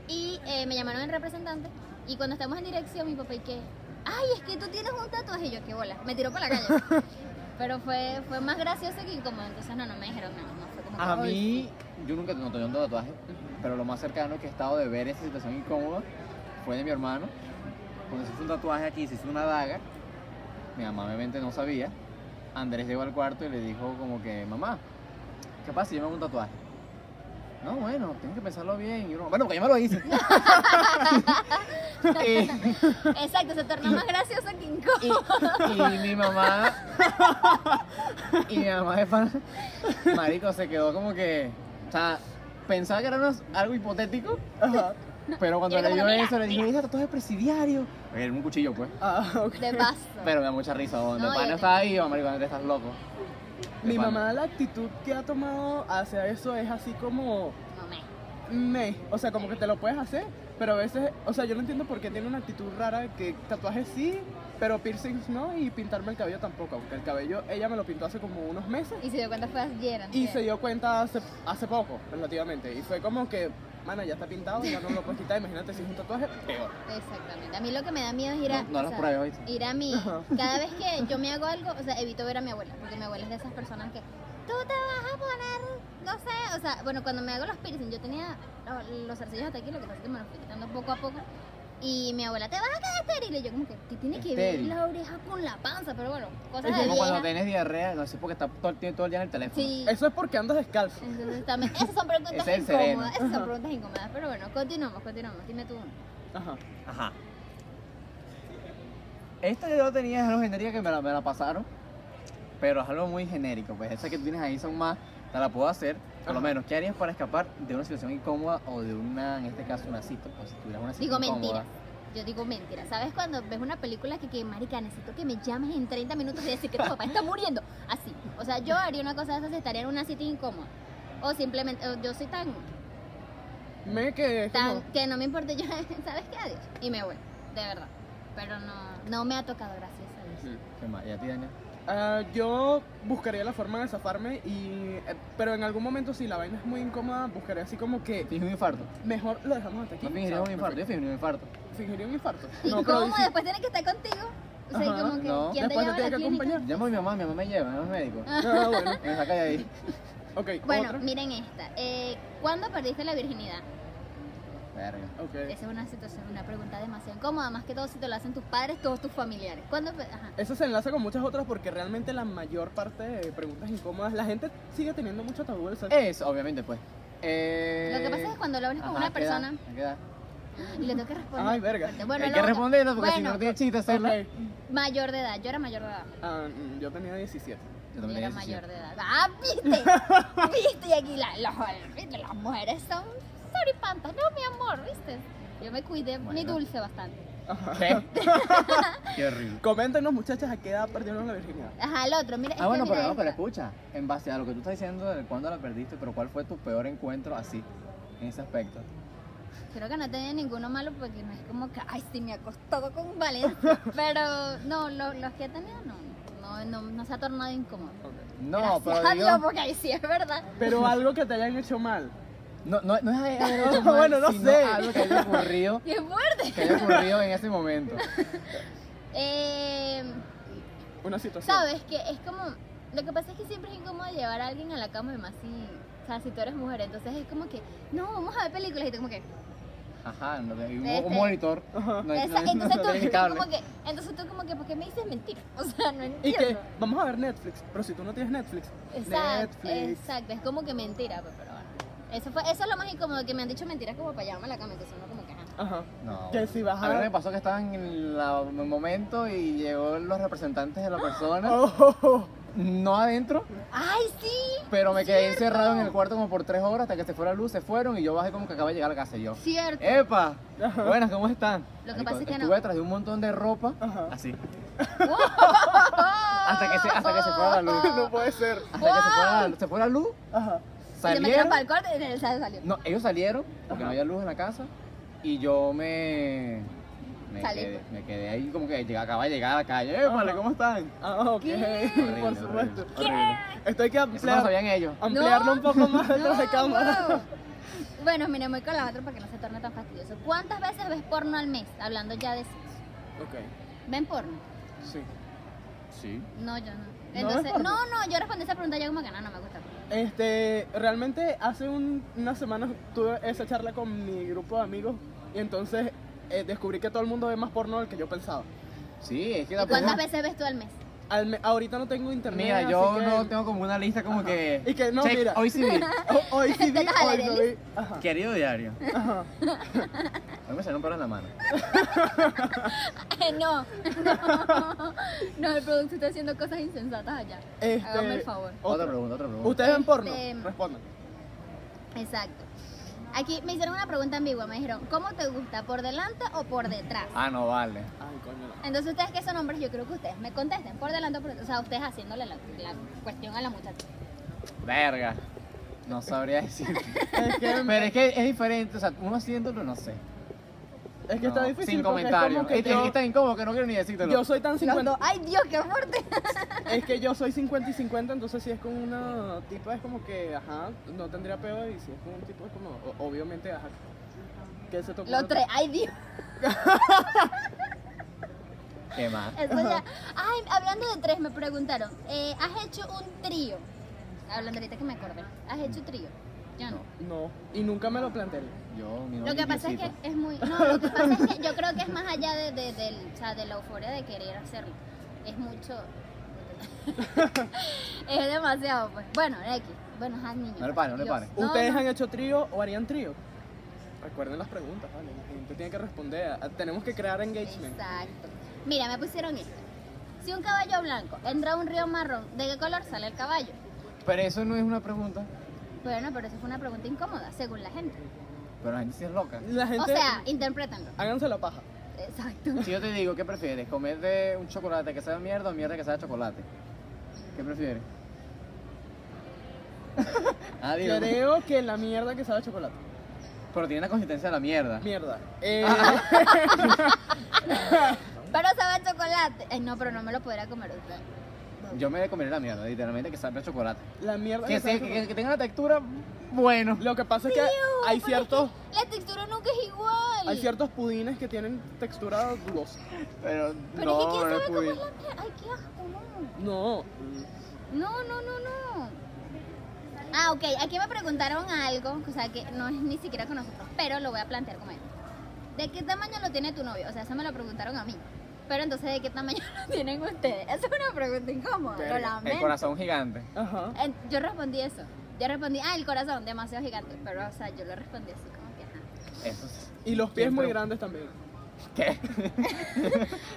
[SPEAKER 3] Y eh, me llamaron el representante, y cuando estamos en dirección, mi papá, y que, ay, es que tú tienes un tatuaje, y yo, qué bola, me tiró para la calle.
[SPEAKER 2] *laughs*
[SPEAKER 3] Pero fue, fue más gracioso que como, entonces no, no me dijeron nada, no, fue como que,
[SPEAKER 2] A
[SPEAKER 3] "Ay,
[SPEAKER 2] mí, yo nunca no tenía un tatuaje, pero lo más cercano que he estado de ver esa situación incómoda fue de mi hermano. Cuando se hizo un tatuaje aquí, se hizo una daga. Mi mamá obviamente no sabía. Andrés llegó al cuarto y le dijo como que, mamá, ¿qué pasa si yo me hago un tatuaje? No, bueno, tengo que pensarlo bien. Y uno, bueno, porque yo me lo hice. *laughs* Eh, y,
[SPEAKER 3] Exacto, se
[SPEAKER 2] *laughs*
[SPEAKER 3] tornó más gracioso que incómodo.
[SPEAKER 2] y, y mi mamá y mi mamá de fan marico se quedó como que o sea pensaba que era unos- algo hipotético
[SPEAKER 1] Ajá.
[SPEAKER 2] pero cuando
[SPEAKER 3] Y era
[SPEAKER 2] le
[SPEAKER 3] como
[SPEAKER 2] dio
[SPEAKER 3] que, "Ah,
[SPEAKER 2] eso le dije ese tatuaje es presidiario era un cuchillo pues
[SPEAKER 1] Ah, ok.
[SPEAKER 3] De paso.
[SPEAKER 2] *laughs* pero me da mucha risa donde
[SPEAKER 3] No,
[SPEAKER 2] no,
[SPEAKER 3] yo
[SPEAKER 2] pana
[SPEAKER 3] te-
[SPEAKER 2] estaba ahí oh, marico Andrés, estás loco De
[SPEAKER 1] Mi
[SPEAKER 2] pana.
[SPEAKER 1] mamá, la actitud que ha tomado hacia eso es así como.
[SPEAKER 3] No me.
[SPEAKER 1] Me, o sea, como que te lo puedes hacer, pero a veces, o sea, yo no entiendo por qué tiene una actitud rara que tatuajes sí, pero piercings no y pintarme el cabello tampoco, aunque el cabello ella me lo pintó hace como unos meses
[SPEAKER 3] Y se dio cuenta fue ayer.
[SPEAKER 1] y
[SPEAKER 3] antier.
[SPEAKER 1] se dio cuenta hace, hace poco, relativamente, y fue como que, mana, ya está pintado, ya no lo puedes quitar, imagínate si es un tatuaje, peor.
[SPEAKER 3] Exactamente. A mí lo que me da miedo es ir a.
[SPEAKER 2] no, no
[SPEAKER 3] o
[SPEAKER 2] las
[SPEAKER 3] sea,
[SPEAKER 2] pruebes ¿oíste?
[SPEAKER 3] ir
[SPEAKER 2] *laughs*
[SPEAKER 3] a mi.
[SPEAKER 1] Ajá.
[SPEAKER 3] Cada vez que yo me hago algo, o sea, evito ver a mi abuela, porque mi abuela es de esas personas que. Tú te vas a poner. No sé, o sea, bueno, cuando me hago los piercing, yo tenía los, los zarcillos hasta aquí, lo que pasa es que me los fui quitando poco a poco. Y mi abuela, te vas a quedar estéril. Y yo, como que, ¿qué tiene que ver
[SPEAKER 2] Estéril.
[SPEAKER 3] la oreja con la panza? Pero bueno, cosas
[SPEAKER 2] es
[SPEAKER 3] de
[SPEAKER 2] como cuando
[SPEAKER 3] vieja.
[SPEAKER 2] tienes diarrea no sé porque estás todo el, tiempo- todo el día en el teléfono
[SPEAKER 3] Sí.
[SPEAKER 1] Eso es porque andas descalzo.
[SPEAKER 3] Entonces también, esas son preguntas
[SPEAKER 2] *laughs* Ese es el sereno.
[SPEAKER 3] incómodas, esas son preguntas incómodas, pero bueno, continuamos, continuamos, dime tú uno.
[SPEAKER 1] Ajá.
[SPEAKER 2] Ajá. Esta yo tenía es algo genérica que me la, me la pasaron, pero es algo muy genérico. Pues esa que tú tienes ahí son más, te la puedo hacer. Por lo
[SPEAKER 1] Ajá.
[SPEAKER 2] menos, ¿qué harías para escapar de una situación incómoda o de una, en este caso, una cita? O si tuvieras una cita
[SPEAKER 3] Digo
[SPEAKER 2] incómoda.
[SPEAKER 3] mentiras. Yo digo mentiras. ¿Sabes cuando ves una película que, que marica, necesito que me llames en 30 minutos y decir que tu papá está muriendo? Así. O sea, yo haría una cosa de esas, estaría en una cita incómoda. O simplemente, o yo soy tan,
[SPEAKER 1] Me que es
[SPEAKER 3] tan,
[SPEAKER 1] como,
[SPEAKER 3] que no me importa, *laughs* yo, ¿sabes qué? Adiós. Y me voy, de verdad. Pero no, no me ha tocado, gracias a Dios.
[SPEAKER 1] Sí.
[SPEAKER 2] ¿Qué más? ¿Y a ti, Daniel?
[SPEAKER 1] Ah, yo buscaría la forma de zafarme y, eh, pero en algún momento si la vaina es muy incómoda, buscaré así como que
[SPEAKER 2] Fingí un infarto.
[SPEAKER 1] mejor lo dejamos hasta aquí.
[SPEAKER 2] No fingiría
[SPEAKER 1] ¿sabes?
[SPEAKER 2] un infarto, yo fingí un infarto.
[SPEAKER 1] Fingiría un
[SPEAKER 3] *laughs*
[SPEAKER 1] infarto.
[SPEAKER 3] ¿Y
[SPEAKER 1] No, pero
[SPEAKER 3] cómo
[SPEAKER 1] dice-
[SPEAKER 3] después tiene que estar contigo? O sea,
[SPEAKER 1] Ajá,
[SPEAKER 3] como que,
[SPEAKER 2] no.
[SPEAKER 3] ¿quién te
[SPEAKER 1] Después
[SPEAKER 3] llama
[SPEAKER 1] te tiene
[SPEAKER 3] a la
[SPEAKER 1] que
[SPEAKER 3] clínica?
[SPEAKER 1] acompañar.
[SPEAKER 2] Llamo a mi mamá, mi mamá me lleva, no es médico.
[SPEAKER 1] Ah,
[SPEAKER 3] *laughs*
[SPEAKER 1] bueno.
[SPEAKER 2] Me saca de ahí.
[SPEAKER 1] Ok,
[SPEAKER 3] Bueno,
[SPEAKER 1] otra.
[SPEAKER 3] miren esta. Eh, ¿Cuándo perdiste la virginidad?
[SPEAKER 2] Verga.
[SPEAKER 1] Ok.
[SPEAKER 3] Esa es una situación, una pregunta demasiado incómoda, más que todo si te lo hacen tus padres, todos tus familiares. ¿Cuándo? fue? Ajá.
[SPEAKER 1] Eso se enlaza con muchas otras porque realmente la mayor parte de preguntas incómodas, la gente sigue teniendo mucho tabú del sexo.
[SPEAKER 2] Eso, obviamente, pues. Eh,
[SPEAKER 3] Lo que pasa es que cuando lo hablas con
[SPEAKER 2] ajá,
[SPEAKER 3] una
[SPEAKER 2] ¿qué edad?
[SPEAKER 3] persona
[SPEAKER 2] ¿A qué edad?
[SPEAKER 3] y le tengo que responder.
[SPEAKER 1] Ay, verga.
[SPEAKER 3] fuerte. Bueno,
[SPEAKER 2] Hay
[SPEAKER 3] lo
[SPEAKER 2] que
[SPEAKER 3] otro-
[SPEAKER 2] responderlo porque si
[SPEAKER 3] bueno,
[SPEAKER 2] no tiene chiste hacerlo.
[SPEAKER 1] Ok.
[SPEAKER 3] mayor de edad, yo era mayor de edad.
[SPEAKER 1] Ah, mm, yo tenía 17.
[SPEAKER 2] Yo
[SPEAKER 3] Yo
[SPEAKER 2] también
[SPEAKER 3] era
[SPEAKER 2] tenía 17.
[SPEAKER 3] mayor de edad. Ah, viste.
[SPEAKER 2] *laughs*
[SPEAKER 3] viste, y aquí la- los- viste, las mujeres son soripantas. No, mi amor, viste. Yo me cuidé mi
[SPEAKER 2] Bueno.
[SPEAKER 3] dulce bastante.
[SPEAKER 2] ¿Qué? Qué horrible.
[SPEAKER 1] Coméntenos, muchachas, a qué edad perdieron la virginidad.
[SPEAKER 3] Ajá, el otro, mira.
[SPEAKER 2] Ah,
[SPEAKER 3] este,
[SPEAKER 2] bueno,
[SPEAKER 3] mira
[SPEAKER 2] pero, no,
[SPEAKER 3] esta.
[SPEAKER 2] pero escucha, en base a lo que tú estás diciendo de cuándo la perdiste, pero cuál fue tu peor encuentro así, en ese aspecto.
[SPEAKER 3] Creo que no tenía ninguno malo porque no es como que, ay, sí, me acostó
[SPEAKER 2] *laughs*
[SPEAKER 3] con Valencia. Pero no, lo- los que he tenido no, no, no, no se ha tornado incómodo.
[SPEAKER 1] Ok.
[SPEAKER 2] No,
[SPEAKER 3] Gracias
[SPEAKER 2] pero
[SPEAKER 3] a
[SPEAKER 2] digo,
[SPEAKER 3] Dios, porque ahí sí es verdad. *laughs*
[SPEAKER 1] Pero algo que te hayan hecho mal.
[SPEAKER 2] no, no, no es algo hecho
[SPEAKER 1] No,
[SPEAKER 2] mal,
[SPEAKER 1] bueno, no
[SPEAKER 2] sino
[SPEAKER 1] sé.
[SPEAKER 2] algo que haya ocurrido,
[SPEAKER 3] ¡Qué fuerte!
[SPEAKER 2] que haya ocurrido en ese momento.
[SPEAKER 3] Eh,
[SPEAKER 1] Una situación.
[SPEAKER 3] Sabes que es como, lo que pasa es que siempre es incómodo llevar a alguien a la cama y más si, o sea, si tú eres mujer, entonces es como que, no, vamos a ver películas y tú como que,
[SPEAKER 2] Ajá, no, de- un,
[SPEAKER 3] Este.
[SPEAKER 2] un monitor.
[SPEAKER 1] Ajá.
[SPEAKER 2] No,
[SPEAKER 3] esa-
[SPEAKER 2] no- no
[SPEAKER 3] entonces tú,
[SPEAKER 2] tiene ni
[SPEAKER 3] tú
[SPEAKER 2] cable.
[SPEAKER 3] como que, entonces tú como que, ¿por qué me dices mentira? *laughs* O sea, no
[SPEAKER 1] Y que
[SPEAKER 3] entiendo.
[SPEAKER 1] vamos a ver Netflix, pero si tú no tienes Netflix,
[SPEAKER 3] Exacto,
[SPEAKER 1] Netflix.
[SPEAKER 3] exacto, es como que mentira, pues, pero bueno. Eso, fue, eso es lo más incómodo, que me han dicho mentiras como para llevarme a la cama, entonces uno como que, ajá.
[SPEAKER 1] Ajá.
[SPEAKER 2] No.
[SPEAKER 1] Que si vas
[SPEAKER 2] A mí
[SPEAKER 1] a-
[SPEAKER 2] me pasó que estaban en la- en el momento y llegó los representantes de la persona.
[SPEAKER 1] Oh,
[SPEAKER 2] No adentro,
[SPEAKER 3] ¡Ay, sí!
[SPEAKER 2] pero me quedé encerrado en el cuarto como por tres horas hasta que se fuera la luz, se fueron y yo bajé como que acaba de llegar a la casa y yo.
[SPEAKER 3] Cierto.
[SPEAKER 2] ¡Epa! Buenas, ¿cómo están?
[SPEAKER 3] Lo
[SPEAKER 2] Marico,
[SPEAKER 3] que pasa es que
[SPEAKER 2] estuve
[SPEAKER 3] no.
[SPEAKER 2] detrás de un montón de ropa,
[SPEAKER 1] Ajá.
[SPEAKER 2] así,
[SPEAKER 3] hasta
[SPEAKER 2] *laughs* hasta que se, hasta que se fuera la luz.
[SPEAKER 3] Ah.
[SPEAKER 1] *laughs* No puede ser.
[SPEAKER 2] Hasta que se fuera la, se fuera la luz,
[SPEAKER 1] Ajá.
[SPEAKER 3] *laughs* Se metieron
[SPEAKER 2] salieron.
[SPEAKER 3] para el corte y en el sal salió.
[SPEAKER 2] No, ellos salieron porque no
[SPEAKER 1] Ajá.
[SPEAKER 2] había luz en la casa y yo me. Me,
[SPEAKER 3] Salí,
[SPEAKER 2] quedé,
[SPEAKER 3] pues.
[SPEAKER 2] me quedé ahí como que llega- acaba de llegar a la calle. ¡Eh, vale,
[SPEAKER 1] Ajá.
[SPEAKER 2] ¿cómo están?
[SPEAKER 1] Ah, ok.
[SPEAKER 2] Horrible,
[SPEAKER 1] *laughs* Por
[SPEAKER 2] horrible,
[SPEAKER 1] supuesto.
[SPEAKER 2] horrible.
[SPEAKER 1] Esto hay que
[SPEAKER 2] Eso no lo
[SPEAKER 1] ampliar,
[SPEAKER 2] sabían ellos.
[SPEAKER 3] Ah.
[SPEAKER 1] ampliarlo un poco más detrás de
[SPEAKER 3] *laughs* No,
[SPEAKER 1] cámara.
[SPEAKER 3] wow. Bueno, mira, voy con la otra para que no se torne tan fastidioso. ¿Cuántas veces ves porno al mes? Hablando ya de sexo.
[SPEAKER 1] *laughs* Ok,
[SPEAKER 3] ¿Ven porno?
[SPEAKER 1] sí.
[SPEAKER 2] Sí.
[SPEAKER 3] No, yo no.
[SPEAKER 1] ves
[SPEAKER 3] Entonces,
[SPEAKER 1] porno?
[SPEAKER 3] no, no, yo respondí esa pregunta ya como que no, no me gusta.
[SPEAKER 1] Este, realmente hace un- unas semanas tuve esa charla con mi grupo de amigos y entonces eh, descubrí que todo el mundo ve más porno del que yo pensaba.
[SPEAKER 2] Sí, es que
[SPEAKER 3] ¿Y
[SPEAKER 2] la
[SPEAKER 3] cuántas
[SPEAKER 2] persona-
[SPEAKER 3] veces ves tú al mes? *laughs*
[SPEAKER 1] Al me- ahorita no tengo internet.
[SPEAKER 2] Mira,
[SPEAKER 1] así
[SPEAKER 2] yo
[SPEAKER 1] que-
[SPEAKER 2] no tengo como una lista como que.
[SPEAKER 1] Y que no,
[SPEAKER 2] check,
[SPEAKER 1] mira.
[SPEAKER 2] Hoy sí vi.
[SPEAKER 3] *laughs*
[SPEAKER 1] Oh, *laughs* Hoy sí vi,
[SPEAKER 3] Te vas a
[SPEAKER 1] hoy
[SPEAKER 3] leer
[SPEAKER 1] no
[SPEAKER 3] el
[SPEAKER 1] vi. Ajá.
[SPEAKER 2] Querido diario.
[SPEAKER 1] Ajá.
[SPEAKER 2] Hoy me salió un perro en la mano.
[SPEAKER 3] Eh, no, *laughs* no, no, el producto está haciendo cosas insensatas allá.
[SPEAKER 1] Este,
[SPEAKER 3] *laughs* Hágame el favor.
[SPEAKER 2] Otra
[SPEAKER 1] otra.
[SPEAKER 2] pregunta, otra pregunta.
[SPEAKER 1] ¿Ustedes ven porno?
[SPEAKER 3] Este-
[SPEAKER 1] Respondan.
[SPEAKER 3] Exacto. Aquí me hicieron una pregunta ambigua, me dijeron, ¿cómo te gusta? ¿Por delante o por detrás?
[SPEAKER 2] Ah, no, vale.
[SPEAKER 1] Ay, coño. no.
[SPEAKER 3] Entonces ustedes que son hombres, yo creo que ustedes me contesten por delante o por detrás. O sea, ustedes haciéndole la, la cuestión a la muchacha.
[SPEAKER 2] Verga. No sabría decir.
[SPEAKER 1] *laughs* Es que,
[SPEAKER 2] Pero es que es diferente, o sea, uno haciéndolo, no sé.
[SPEAKER 1] es que
[SPEAKER 2] No,
[SPEAKER 1] está difícil.
[SPEAKER 2] Sin Este,
[SPEAKER 1] porque es
[SPEAKER 2] comentarios.
[SPEAKER 1] como que
[SPEAKER 2] Es, es
[SPEAKER 1] yo,
[SPEAKER 2] que está incómodo que no quiero ni decírtelo.
[SPEAKER 1] yo soy tan
[SPEAKER 3] Los
[SPEAKER 1] 50.
[SPEAKER 3] dos, ¡Ay, Dios, qué fuerte!
[SPEAKER 1] Es que yo soy 50 y 50, entonces si es con una tipa es como que, ajá, no tendría peor y si es con un tipo es como, o- obviamente, ajá. ¿Qué se te ocurre?
[SPEAKER 3] Los tres, ¡ay, Dios!
[SPEAKER 2] ¿Qué más?
[SPEAKER 3] Eso ya. Ay, hablando de tres, me preguntaron, eh, ¿has hecho un trío? Hablando ahorita que me acordé, ¿has hecho trío? Yo no.
[SPEAKER 1] No, y nunca me lo plantearía.
[SPEAKER 2] Yo, mi novio
[SPEAKER 3] Lo que
[SPEAKER 2] y
[SPEAKER 3] pasa es que
[SPEAKER 2] Diosito.
[SPEAKER 3] es muy. No, lo que pasa es que yo creo que es más allá de, de- del- o sea, de la euforia de querer hacerlo. Es
[SPEAKER 2] *laughs*
[SPEAKER 3] mucho. es demasiado, pues. Bueno, X. Bueno, es pues, niño.
[SPEAKER 2] No le pare, no le pare.
[SPEAKER 1] ¿Ustedes han hecho trío o harían trío? Recuerden las preguntas, ¿vale? La gente tiene que responder. a- Tenemos que crear engagement.
[SPEAKER 3] Exacto. Mira, me pusieron esto. Si un caballo blanco entra a un río marrón, ¿de qué color sale el caballo?
[SPEAKER 2] Pero eso no es una pregunta.
[SPEAKER 3] Bueno, pero eso fue una pregunta incómoda, según la gente.
[SPEAKER 2] Pero la gente sí es loca.
[SPEAKER 1] La gente,
[SPEAKER 3] O sea, interprétanlo.
[SPEAKER 1] háganse la paja.
[SPEAKER 3] Exacto.
[SPEAKER 2] Si yo te digo, ¿qué prefieres? ¿Comer de un chocolate que sabe a mierda o mierda que sabe a chocolate?
[SPEAKER 1] *laughs*
[SPEAKER 2] ¿Qué prefieres? ah, digo.
[SPEAKER 1] Creo que la mierda que sabe a chocolate.
[SPEAKER 2] Pero tiene la consistencia de la mierda.
[SPEAKER 1] Mierda. Eh,
[SPEAKER 3] Pero sabe a chocolate. Ay, no, pero no me lo podrá comer usted.
[SPEAKER 2] Yo me comeré la mierda, literalmente que sabe a chocolate.
[SPEAKER 1] la mierda
[SPEAKER 2] Que,
[SPEAKER 1] que sabe
[SPEAKER 2] se-
[SPEAKER 1] a
[SPEAKER 2] que,
[SPEAKER 1] chocolate.
[SPEAKER 2] que tenga la textura, bueno.
[SPEAKER 1] Lo que pasa es que hay
[SPEAKER 3] Pero es que
[SPEAKER 1] ciertos,
[SPEAKER 3] La textura nunca es igual.
[SPEAKER 1] hay ciertos pudines que tienen textura dudosa.
[SPEAKER 2] Pero,
[SPEAKER 3] Pero
[SPEAKER 2] no,
[SPEAKER 3] es que
[SPEAKER 2] no
[SPEAKER 3] quién sabe cómo
[SPEAKER 1] pues.
[SPEAKER 2] pude.
[SPEAKER 3] es la piel. Ay, qué asco, no.
[SPEAKER 1] No,
[SPEAKER 3] No, no, no, no. Ah, ok. Aquí me preguntaron algo, o sea, que no es ni siquiera con nosotros, pero lo voy a plantear como esto. ¿De qué tamaño lo tiene tu novio? O sea, eso me lo preguntaron a mí. Pero entonces, ¿de qué tamaño *laughs* lo tienen ustedes? Esa es una pregunta incómoda.
[SPEAKER 1] Verga,
[SPEAKER 3] Lo
[SPEAKER 1] el
[SPEAKER 2] El
[SPEAKER 3] lamento.
[SPEAKER 2] corazón gigante.
[SPEAKER 1] ajá.
[SPEAKER 3] Eh, Yo respondí eso. Yo respondí, ah, el corazón, demasiado gigante. Pero, o sea, yo lo respondí así como que, ajá.
[SPEAKER 2] Eso es.
[SPEAKER 1] Y los pies
[SPEAKER 2] ¿Quién
[SPEAKER 1] muy
[SPEAKER 2] pre-
[SPEAKER 1] grandes también.
[SPEAKER 2] ¿Qué?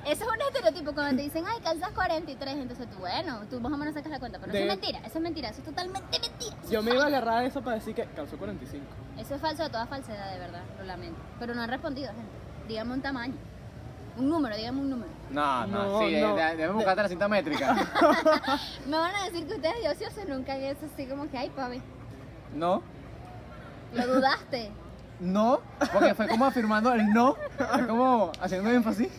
[SPEAKER 3] Eso es un estereotipo cuando te dicen, ay, calzas 43, entonces tú, bueno, tú más o menos sacas la cuenta, pero eso
[SPEAKER 1] De-
[SPEAKER 3] es mentira, eso es mentira, eso es totalmente mentira. eso
[SPEAKER 1] Yo
[SPEAKER 3] es
[SPEAKER 1] me iba a
[SPEAKER 3] falso.
[SPEAKER 1] agarrar eso para decir que calzó 45.
[SPEAKER 3] Eso es falso de toda falsedad, de verdad, lo lamento. Pero no han respondido, gente. Dígame un tamaño, un número, dígame un número.
[SPEAKER 2] No, no,
[SPEAKER 1] No,
[SPEAKER 2] sí, de-
[SPEAKER 1] no.
[SPEAKER 2] de- debemos buscarte la cinta métrica. *laughs*
[SPEAKER 3] Me van a decir que ustedes de ociosos nunca han hecho así como que, ay, papi,
[SPEAKER 2] No,
[SPEAKER 3] lo
[SPEAKER 1] *laughs*
[SPEAKER 3] dudaste.
[SPEAKER 2] no, porque fue como afirmando el no, fue como haciendo énfasis.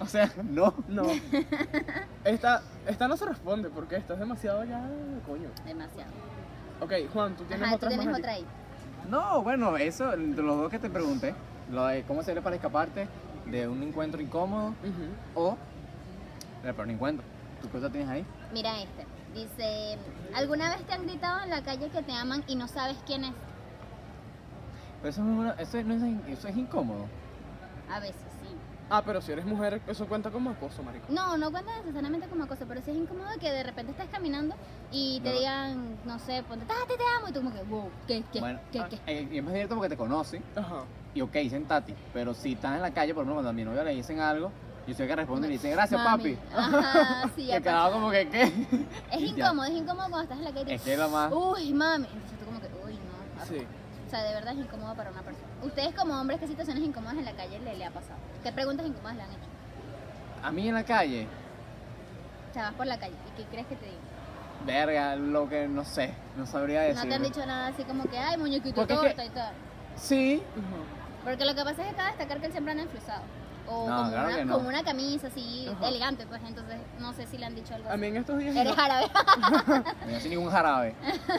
[SPEAKER 2] O sea, no.
[SPEAKER 3] *laughs*
[SPEAKER 1] No. Esta, esta no se responde porque esta es demasiado ya, coño.
[SPEAKER 3] Demasiado.
[SPEAKER 1] Ok, Juan, tú tienes
[SPEAKER 3] Ajá, tú
[SPEAKER 1] otra.
[SPEAKER 3] tienes otra ahí.
[SPEAKER 2] No, bueno, eso, de los dos que te pregunté, lo de cómo sería para escaparte de un encuentro incómodo o de un encuentro. ¿Tú qué otra tienes ahí?
[SPEAKER 3] Mira este. Dice, ¿alguna vez te han gritado en la calle que te aman y no sabes quién es?
[SPEAKER 2] Pero eso, no es una- eso, no es, eso es incómodo.
[SPEAKER 3] A veces, sí.
[SPEAKER 1] Ah, pero si eres mujer, eso cuenta como acoso, marico.
[SPEAKER 3] No, no cuenta necesariamente como cosa, pero sí es incómodo que de repente estés caminando y te
[SPEAKER 2] No.
[SPEAKER 3] digan, no sé, ponte, Tati, te amo, y tú como que, wow, ¿qué, qué,
[SPEAKER 2] bueno,
[SPEAKER 3] qué,
[SPEAKER 2] ah,
[SPEAKER 3] qué?
[SPEAKER 2] eh, y es más directo porque te conocen
[SPEAKER 1] Ajá.
[SPEAKER 2] y ok, dicen Tati, pero si estás en la calle, por ejemplo, cuando a mi novia le dicen algo, Y usted que responde y le dice, gracias,
[SPEAKER 3] Mami.
[SPEAKER 2] papi.
[SPEAKER 3] Ajá,
[SPEAKER 2] *laughs*
[SPEAKER 3] sí,
[SPEAKER 2] Te
[SPEAKER 3] ya
[SPEAKER 2] quedaba
[SPEAKER 3] pasa.
[SPEAKER 2] como que, ¿qué? *laughs*
[SPEAKER 3] Es
[SPEAKER 2] Y ya.
[SPEAKER 3] incómodo, es incómodo cuando estás en la calle. y
[SPEAKER 2] Es que es lo más.
[SPEAKER 3] Uy, mami. Entonces tú como que, uy, no.
[SPEAKER 1] Sí.
[SPEAKER 3] O sea, de verdad es incómodo para una persona. Ustedes como hombres, ¿qué situaciones incómodas en la calle le, le ha pasado? ¿Qué preguntas incómodas le han hecho?
[SPEAKER 2] A mí en la calle,
[SPEAKER 3] O sea, vas por la calle y ¿qué crees que te digan?
[SPEAKER 2] verga, lo que no sé, no sabría decir.
[SPEAKER 3] No te han dicho nada así como que, ay, muñequito
[SPEAKER 2] Eh, Porque es
[SPEAKER 3] torta
[SPEAKER 2] que-
[SPEAKER 3] y tal.
[SPEAKER 2] Sí,
[SPEAKER 1] Ujú.
[SPEAKER 3] Porque lo que pasa es que cabe destacar que él siempre anda enflusado. O
[SPEAKER 2] No,
[SPEAKER 3] con,
[SPEAKER 2] claro
[SPEAKER 3] una,
[SPEAKER 2] que no.
[SPEAKER 3] con una camisa así,
[SPEAKER 1] Ajá.
[SPEAKER 3] elegante, pues entonces no sé si le han dicho algo
[SPEAKER 1] A mí
[SPEAKER 3] así.
[SPEAKER 1] en estos días.
[SPEAKER 3] Eres árabe. *laughs*
[SPEAKER 2] no sin ningún jarabe.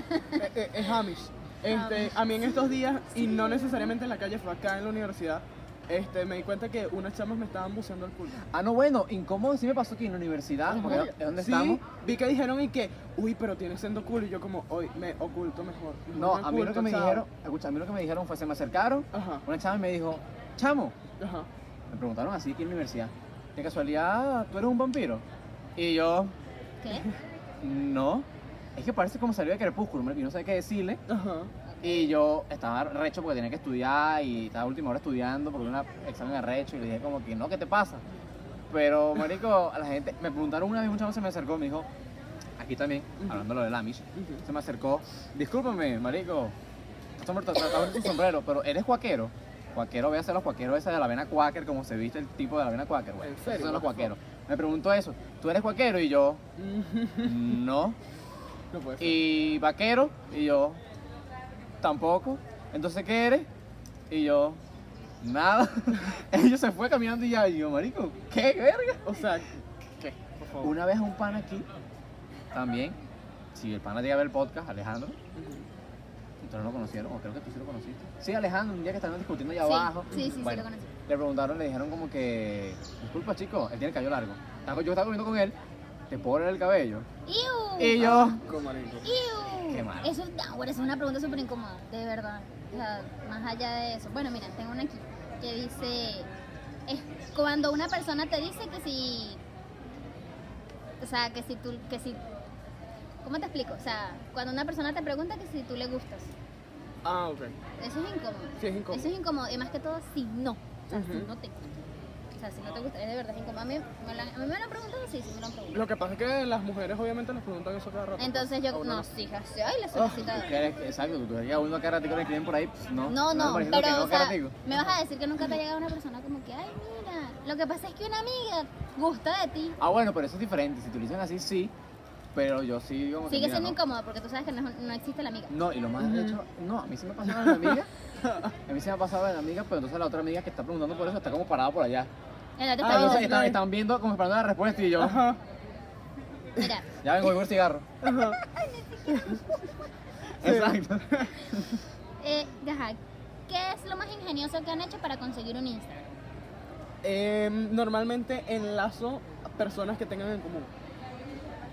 [SPEAKER 1] Eh, eh, es Hamish. Este,
[SPEAKER 3] Hamish.
[SPEAKER 1] a mí en estos días, y no necesariamente en la calle, fue acá en la universidad, este, me di cuenta que unas chamas me estaban buceando el culo.
[SPEAKER 2] Ah, no, bueno, incómodo sí me pasó aquí en la universidad, porque es donde
[SPEAKER 1] Sí,
[SPEAKER 2] estamos.
[SPEAKER 1] Vi que dijeron y que, uy, pero tienes siendo culo. Y yo, como, hoy me oculto mejor. Mejor
[SPEAKER 2] No, a mí lo
[SPEAKER 1] oculto,
[SPEAKER 2] que me
[SPEAKER 1] chao".
[SPEAKER 2] dijeron, escucha, a mí lo que me dijeron fue, se me acercaron,
[SPEAKER 1] Ajá,
[SPEAKER 2] una chava y me dijo, chamo,
[SPEAKER 1] ajá.
[SPEAKER 2] me preguntaron así aquí en la universidad, de casualidad, ¿tú eres un vampiro? Y yo,
[SPEAKER 3] ¿Qué?
[SPEAKER 2] no, es que parece como salió de Crepúsculo, marico, y no sé qué decirle.
[SPEAKER 1] Ajá.
[SPEAKER 2] Y yo estaba recho porque tenía que estudiar y estaba a última hora estudiando porque era un examen de recho y le dije como que no, ¿qué te pasa? Pero, marico, a la gente, me preguntaron una vez, un chavo se me acercó, me dijo, aquí también,
[SPEAKER 1] Ujú.
[SPEAKER 2] hablando de lo del Amish,
[SPEAKER 1] Ujú.
[SPEAKER 2] se me acercó, discúlpame, marico, este hombre tra- trataba de su sombrero, pero eres cuaquero. Cuaquero, voy a hacer los cuaqueros esa de la avena cuáquer, como se viste el tipo de la avena cuáquer, güey.
[SPEAKER 1] ¿En
[SPEAKER 2] Esos
[SPEAKER 1] serio?
[SPEAKER 2] Son los
[SPEAKER 1] What the
[SPEAKER 2] cuaqueros. Me preguntó eso, ¿tú eres cuaquero? Y yo, no.
[SPEAKER 1] *laughs* No puede ser.
[SPEAKER 2] Y vaquero, y yo, tampoco. Entonces, ¿qué eres? Y yo, nada. *laughs* Ellos se fue caminando y ya, y yo, marico, ¿qué verga?
[SPEAKER 1] O sea, ¿qué? Por favor.
[SPEAKER 2] Una vez a un pan aquí, también, si el pana llega a ver el podcast, Alejandro,
[SPEAKER 1] Ujú.
[SPEAKER 2] ustedes no lo conocieron, o creo que tú sí lo conociste. Sí, Alejandro, un día que estaban discutiendo allá
[SPEAKER 3] Sí,
[SPEAKER 2] abajo.
[SPEAKER 3] sí, sí, sí,
[SPEAKER 2] Bueno,
[SPEAKER 3] lo conocí.
[SPEAKER 2] Le preguntaron, le dijeron como que, disculpa chico, él tiene el cabello largo. Estaba- Yo estaba comiendo con él, te puedo oler el cabello.
[SPEAKER 3] ¡Iu!
[SPEAKER 2] Y yo,
[SPEAKER 1] Con marico.
[SPEAKER 3] ¡Iu!
[SPEAKER 2] Qué mal.
[SPEAKER 3] Eso, ah, bueno, eso es una pregunta súper incómoda, de verdad. O sea, más allá de eso. Bueno, mira, tengo una aquí que dice... Es cuando una persona te dice que si... O sea, que si tú... Que si, ¿Cómo te explico? O sea, cuando una persona te pregunta que si tú le gustas.
[SPEAKER 1] Ah, ok.
[SPEAKER 3] Eso es incómodo.
[SPEAKER 1] Sí, es incómodo.
[SPEAKER 3] Eso es incómodo. Y más que todo, si no. O sea, si
[SPEAKER 1] Ujú.
[SPEAKER 3] no te gusta. O sea, si no te gusta, es de verdad incómodo. A mí me lo han, a mí me lo han preguntado, sí, sí me lo han preguntado.
[SPEAKER 1] Lo que pasa es que las mujeres obviamente les preguntan eso cada rato. pues. Ah,
[SPEAKER 3] Entonces yo,
[SPEAKER 1] A
[SPEAKER 3] no,
[SPEAKER 1] uno
[SPEAKER 3] sí, ja, sí, ay, la
[SPEAKER 2] Oh,
[SPEAKER 3] solicito.
[SPEAKER 2] ¿tú crees que- exacto, tú crees que a uno acá ratico le escriben por ahí, pues, no.
[SPEAKER 3] no, no,
[SPEAKER 2] me imagino
[SPEAKER 3] pero,
[SPEAKER 2] que no,
[SPEAKER 3] o sea,
[SPEAKER 2] acá ratico.
[SPEAKER 3] me vas a decir que nunca te ha llegado una persona como que, ay, mira, lo que pasa es que una amiga gusta de ti.
[SPEAKER 2] Ah, bueno, pero eso es diferente, si utilizan así, sí, pero yo sí como que,
[SPEAKER 3] Sigue
[SPEAKER 2] Oh, mira,
[SPEAKER 3] siendo
[SPEAKER 2] no.
[SPEAKER 3] incómodo porque tú sabes que no, es- no existe la amiga.
[SPEAKER 2] No, y lo más
[SPEAKER 1] Ujú.
[SPEAKER 2] hecho, no, a mí sí me pasaba de la amiga, *laughs* a mí sí me ha pasado de la amiga, pero entonces la otra amiga que está preguntando por eso está como parada por allá.
[SPEAKER 3] Entonces, te
[SPEAKER 1] Ah,
[SPEAKER 3] pregunto,
[SPEAKER 2] Entonces
[SPEAKER 1] ok.
[SPEAKER 2] están, están viendo como esperando la respuesta y yo,
[SPEAKER 1] Ajá.
[SPEAKER 3] mira,
[SPEAKER 2] ya vengo, voy por cigarro.
[SPEAKER 1] Ajá.
[SPEAKER 2] *laughs* Exacto.
[SPEAKER 3] eh, ajá, ¿qué es lo más ingenioso que han hecho para conseguir un Instagram?
[SPEAKER 1] Em, normalmente enlazo a personas que tengan en común.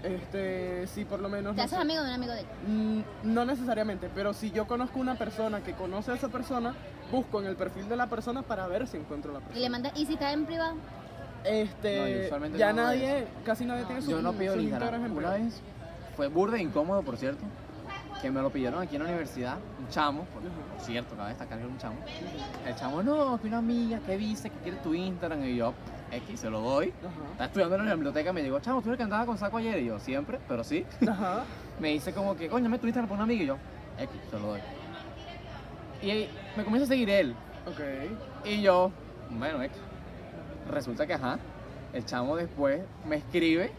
[SPEAKER 1] Este, sí, por lo menos.
[SPEAKER 3] Te
[SPEAKER 1] no
[SPEAKER 3] haces
[SPEAKER 1] sé.
[SPEAKER 3] amigo de un amigo de ella.
[SPEAKER 1] Mm, No necesariamente, pero si yo conozco una persona que conoce a esa persona, busco en el perfil de la persona para ver si encuentro a la
[SPEAKER 3] Y le
[SPEAKER 1] persona.
[SPEAKER 3] manda, y si está en privado,
[SPEAKER 2] No, yo
[SPEAKER 1] Este,
[SPEAKER 2] usualmente
[SPEAKER 1] ya
[SPEAKER 2] no hago Ah,
[SPEAKER 1] nadie, casi nadie
[SPEAKER 3] No.
[SPEAKER 1] tiene su
[SPEAKER 2] Yo no pido
[SPEAKER 1] sus
[SPEAKER 2] el
[SPEAKER 1] Instagram
[SPEAKER 2] Instagram.
[SPEAKER 1] en
[SPEAKER 2] Una
[SPEAKER 1] privado.
[SPEAKER 2] vez fue burde incómodo, por cierto, que me lo pidieron aquí en la universidad, un chamo, por,
[SPEAKER 1] Ajá.
[SPEAKER 2] por cierto, cabe destacar que era un chamo. El chamo, no, que una amiga que dice que quiere tu Instagram y yo, X, se lo doy.
[SPEAKER 1] Ajá.
[SPEAKER 2] Está estudiando en la biblioteca, me digo, chamo, tú eres el que andaba con saco ayer y yo, siempre, pero sí.
[SPEAKER 1] Ajá.
[SPEAKER 2] Me dice como que, coño, me tu Instagram por una amiga y yo, X, se lo doy. Y me comienza a seguir él.
[SPEAKER 1] Ok.
[SPEAKER 2] Y yo, bueno, ex, resulta que ajá, el chamo después me escribe,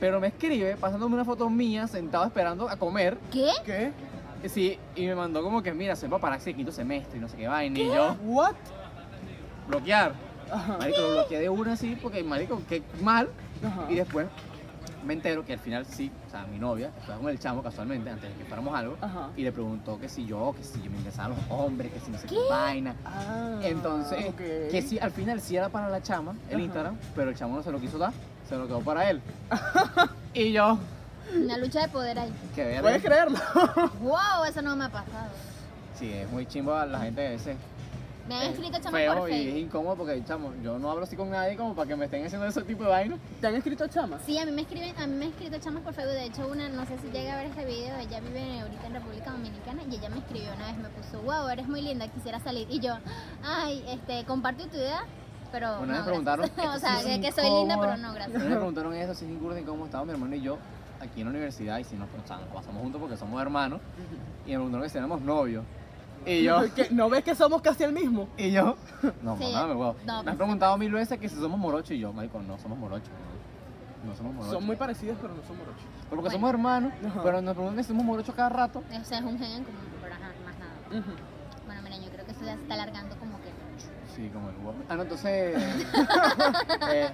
[SPEAKER 2] pero me escribe pasándome una foto mía sentado esperando a comer.
[SPEAKER 3] ¿qué?
[SPEAKER 1] ¿Qué?
[SPEAKER 2] Sí, y me mandó como que, mira, soy paparazzi de quinto semestre y no sé qué vaina. Y yo,
[SPEAKER 1] ¿What?
[SPEAKER 2] bloquear.
[SPEAKER 1] Ajá.
[SPEAKER 2] Marico, lo bloqueé de una así porque, marico, qué mal.
[SPEAKER 1] Ajá.
[SPEAKER 2] Y después me entero que al final sí, o sea, mi novia, que estaba con el chamo casualmente, antes de que fuéramos algo,
[SPEAKER 1] Ajá.
[SPEAKER 2] y le preguntó que si yo, que si yo me interesaban los hombres, que si no sé qué vaina.
[SPEAKER 1] Ah,
[SPEAKER 2] Entonces,
[SPEAKER 1] ok.
[SPEAKER 2] que sí, al final sí era para la chama, el
[SPEAKER 1] Ajá.
[SPEAKER 2] Instagram, pero el chamo no se lo quiso dar, se lo quedó
[SPEAKER 1] *laughs*
[SPEAKER 2] para él. y yo,
[SPEAKER 3] Una lucha de poder ahí.
[SPEAKER 2] que verga.
[SPEAKER 1] ¿Puedes creerlo?
[SPEAKER 3] Wow, eso no me ha pasado.
[SPEAKER 2] Sí, es muy chimbo a la gente de ese.
[SPEAKER 3] Me han escrito chamo
[SPEAKER 2] feo
[SPEAKER 3] por
[SPEAKER 2] y es
[SPEAKER 3] Facebook.
[SPEAKER 2] incómodo porque, chamo, yo no hablo así con nadie como para que me estén haciendo ese tipo de vaina.
[SPEAKER 1] ¿Te han escrito chamas?
[SPEAKER 3] Sí, a mí me escriben, a mí me han escrito chamas por Facebook. De hecho, una, no sé si llega a ver este video, ella vive ahorita en República Dominicana y ella me escribió una vez, me puso, wow, eres muy linda, quisiera salir. Y yo, ay, este, comparto tu idea. pero.
[SPEAKER 2] Bueno, me
[SPEAKER 3] no,
[SPEAKER 2] preguntaron,
[SPEAKER 3] gracias. *laughs* o
[SPEAKER 2] esto sí
[SPEAKER 3] sea,
[SPEAKER 2] es
[SPEAKER 3] que, que soy linda,
[SPEAKER 2] incómodo.
[SPEAKER 3] pero no,
[SPEAKER 2] A mí
[SPEAKER 3] gracias.
[SPEAKER 2] me preguntaron eso, si es incursión, cómo estábamos mi hermano y yo aquí en la universidad, y si nos, o sea, nos pasamos juntos porque somos hermanos, y me preguntaron que si éramos novios. Y yo,
[SPEAKER 1] ¿Qué? ¿No ves que somos casi el mismo?
[SPEAKER 2] y yo, no,
[SPEAKER 3] Sí,
[SPEAKER 2] mamá, me huevo.
[SPEAKER 3] no,
[SPEAKER 2] me han
[SPEAKER 3] pues,
[SPEAKER 2] preguntado mil veces que si somos morochos, y yo, marico, no somos morochos. No, no somos morochos.
[SPEAKER 1] Son muy parecidos, pero no son morochos.
[SPEAKER 2] Pero porque somos hermanos,
[SPEAKER 1] Ajá.
[SPEAKER 2] pero nos preguntan si somos morochos cada rato.
[SPEAKER 3] O sea, es un gen en común, pero ajá, más nada.
[SPEAKER 1] Ujú.
[SPEAKER 3] Bueno, mira, yo creo que esto ya se está alargando como que mucho.
[SPEAKER 2] Sí, como el huevo. Ah, no, entonces.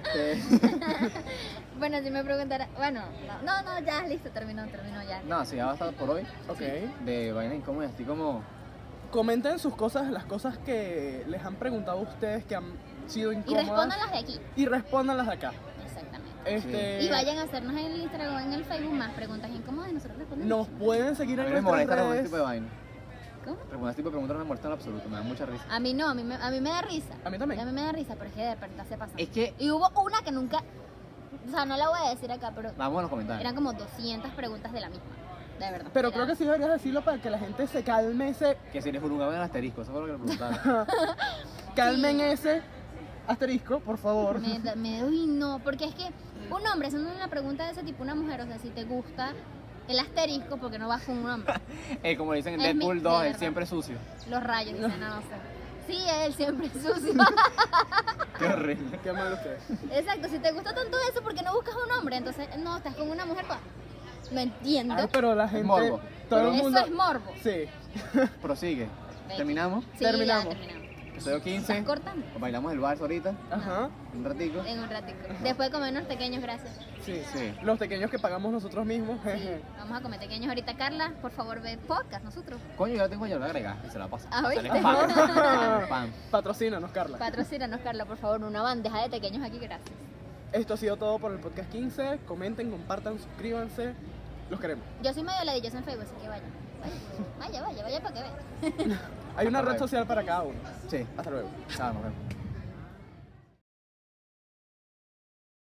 [SPEAKER 2] este,
[SPEAKER 3] Bueno, si me preguntara. Bueno, no, no, no, ya, listo, terminó, terminó ya.
[SPEAKER 2] no, sí, ya basta por hoy.
[SPEAKER 1] Ok.
[SPEAKER 2] De vainas incómodas, así como.
[SPEAKER 1] Comenten sus cosas, las cosas que les han preguntado a ustedes que han sido
[SPEAKER 3] Y
[SPEAKER 1] incómodas.
[SPEAKER 3] respondan las de aquí.
[SPEAKER 1] Y respóndanlas acá.
[SPEAKER 3] Exactamente.
[SPEAKER 1] Este,
[SPEAKER 3] Y vayan a hacernos en el Instagram o en el Facebook más preguntas incómodas y nosotros respondemos.
[SPEAKER 1] Nos pueden seguir
[SPEAKER 2] A
[SPEAKER 1] en
[SPEAKER 2] mí me
[SPEAKER 1] nuestras
[SPEAKER 2] molesta responder este
[SPEAKER 1] redes.
[SPEAKER 2] tipo de vainas.
[SPEAKER 3] ¿Cómo?
[SPEAKER 2] Responder este tipo de preguntas no me molesta en absoluto, me da mucha risa.
[SPEAKER 3] A mí no, a mí me, a mí me da risa.
[SPEAKER 1] A mí
[SPEAKER 3] A
[SPEAKER 1] también.
[SPEAKER 3] mí me da risa, pero es que de verdad se pasa.
[SPEAKER 2] Es que.
[SPEAKER 3] Y hubo una que nunca. O sea, no la voy a decir acá, pero
[SPEAKER 2] Vamos a los comentarios.
[SPEAKER 3] eran como 200 preguntas de la misma. De verdad.
[SPEAKER 1] Pero
[SPEAKER 3] Era-
[SPEAKER 1] creo que sí deberías decirlo para que la gente se calme ese,
[SPEAKER 2] Que si eres jurugado en asterisco, eso fue lo que le
[SPEAKER 3] *laughs*
[SPEAKER 2] preguntaron.
[SPEAKER 1] calmen
[SPEAKER 3] Sí.
[SPEAKER 1] ese asterisco, por favor. *laughs*
[SPEAKER 3] Me, da- me doy no, porque es que un hombre haciendo una pregunta de ese tipo, una mujer, o sea, si te gusta el asterisco, porque no vas con un hombre.
[SPEAKER 2] eh, como dicen en
[SPEAKER 3] Es mi-
[SPEAKER 2] Deadpool
[SPEAKER 3] de
[SPEAKER 2] 2,
[SPEAKER 3] verdad.
[SPEAKER 2] el siempre sucio.
[SPEAKER 1] *laughs*
[SPEAKER 3] Los rayos, dicen, no, o sea, Sí, él siempre es sucio.
[SPEAKER 2] Qué horrible.
[SPEAKER 1] Qué malo que es.
[SPEAKER 3] *laughs* Exacto, si te gusta tanto eso, porque no buscas un hombre? Entonces, no, estás con una mujer. pa- No entiendo.
[SPEAKER 1] Ay, Ah, pero la gente.
[SPEAKER 2] morbo.
[SPEAKER 1] Todo
[SPEAKER 2] Pero-
[SPEAKER 1] el
[SPEAKER 3] eso
[SPEAKER 1] mundo.
[SPEAKER 3] es morbo.
[SPEAKER 1] Sí.
[SPEAKER 2] Prosigue. Terminamos.
[SPEAKER 3] Sí, ya
[SPEAKER 1] Terminamos.
[SPEAKER 3] terminamos.
[SPEAKER 2] Episodio
[SPEAKER 3] ¿Estás
[SPEAKER 2] 15.
[SPEAKER 3] cortando?
[SPEAKER 2] Bailamos el vals ahorita.
[SPEAKER 1] Ajá.
[SPEAKER 2] Un ratico.
[SPEAKER 3] En un ratito. Después de comernos pequeños, gracias.
[SPEAKER 1] Sí.
[SPEAKER 2] Sí.
[SPEAKER 1] Los pequeños que pagamos nosotros mismos.
[SPEAKER 3] Sí,
[SPEAKER 1] jeje.
[SPEAKER 3] vamos a comer pequeños ahorita, Carla. Por favor, ve podcast nosotros.
[SPEAKER 2] Coño, yo la tengo ya la agregada y se la pasa.
[SPEAKER 3] Ah, ¿viste? *laughs*
[SPEAKER 2] Pam, pam.
[SPEAKER 1] Patrocínanos, Carla.
[SPEAKER 3] Patrocínanos, Carla, por favor, una bandeja de pequeños aquí, gracias.
[SPEAKER 1] Esto ha sido todo por el podcast 15. Comenten, compartan, suscríbanse. Los queremos.
[SPEAKER 3] Yo soy medio ladillosa en Facebook, así que vaya. Vaya, vaya, vaya, vaya para que vean.
[SPEAKER 1] Hay una red
[SPEAKER 2] luego.
[SPEAKER 1] social para cada uno.
[SPEAKER 2] Sí.
[SPEAKER 1] Hasta luego.
[SPEAKER 2] Chao, nos vemos.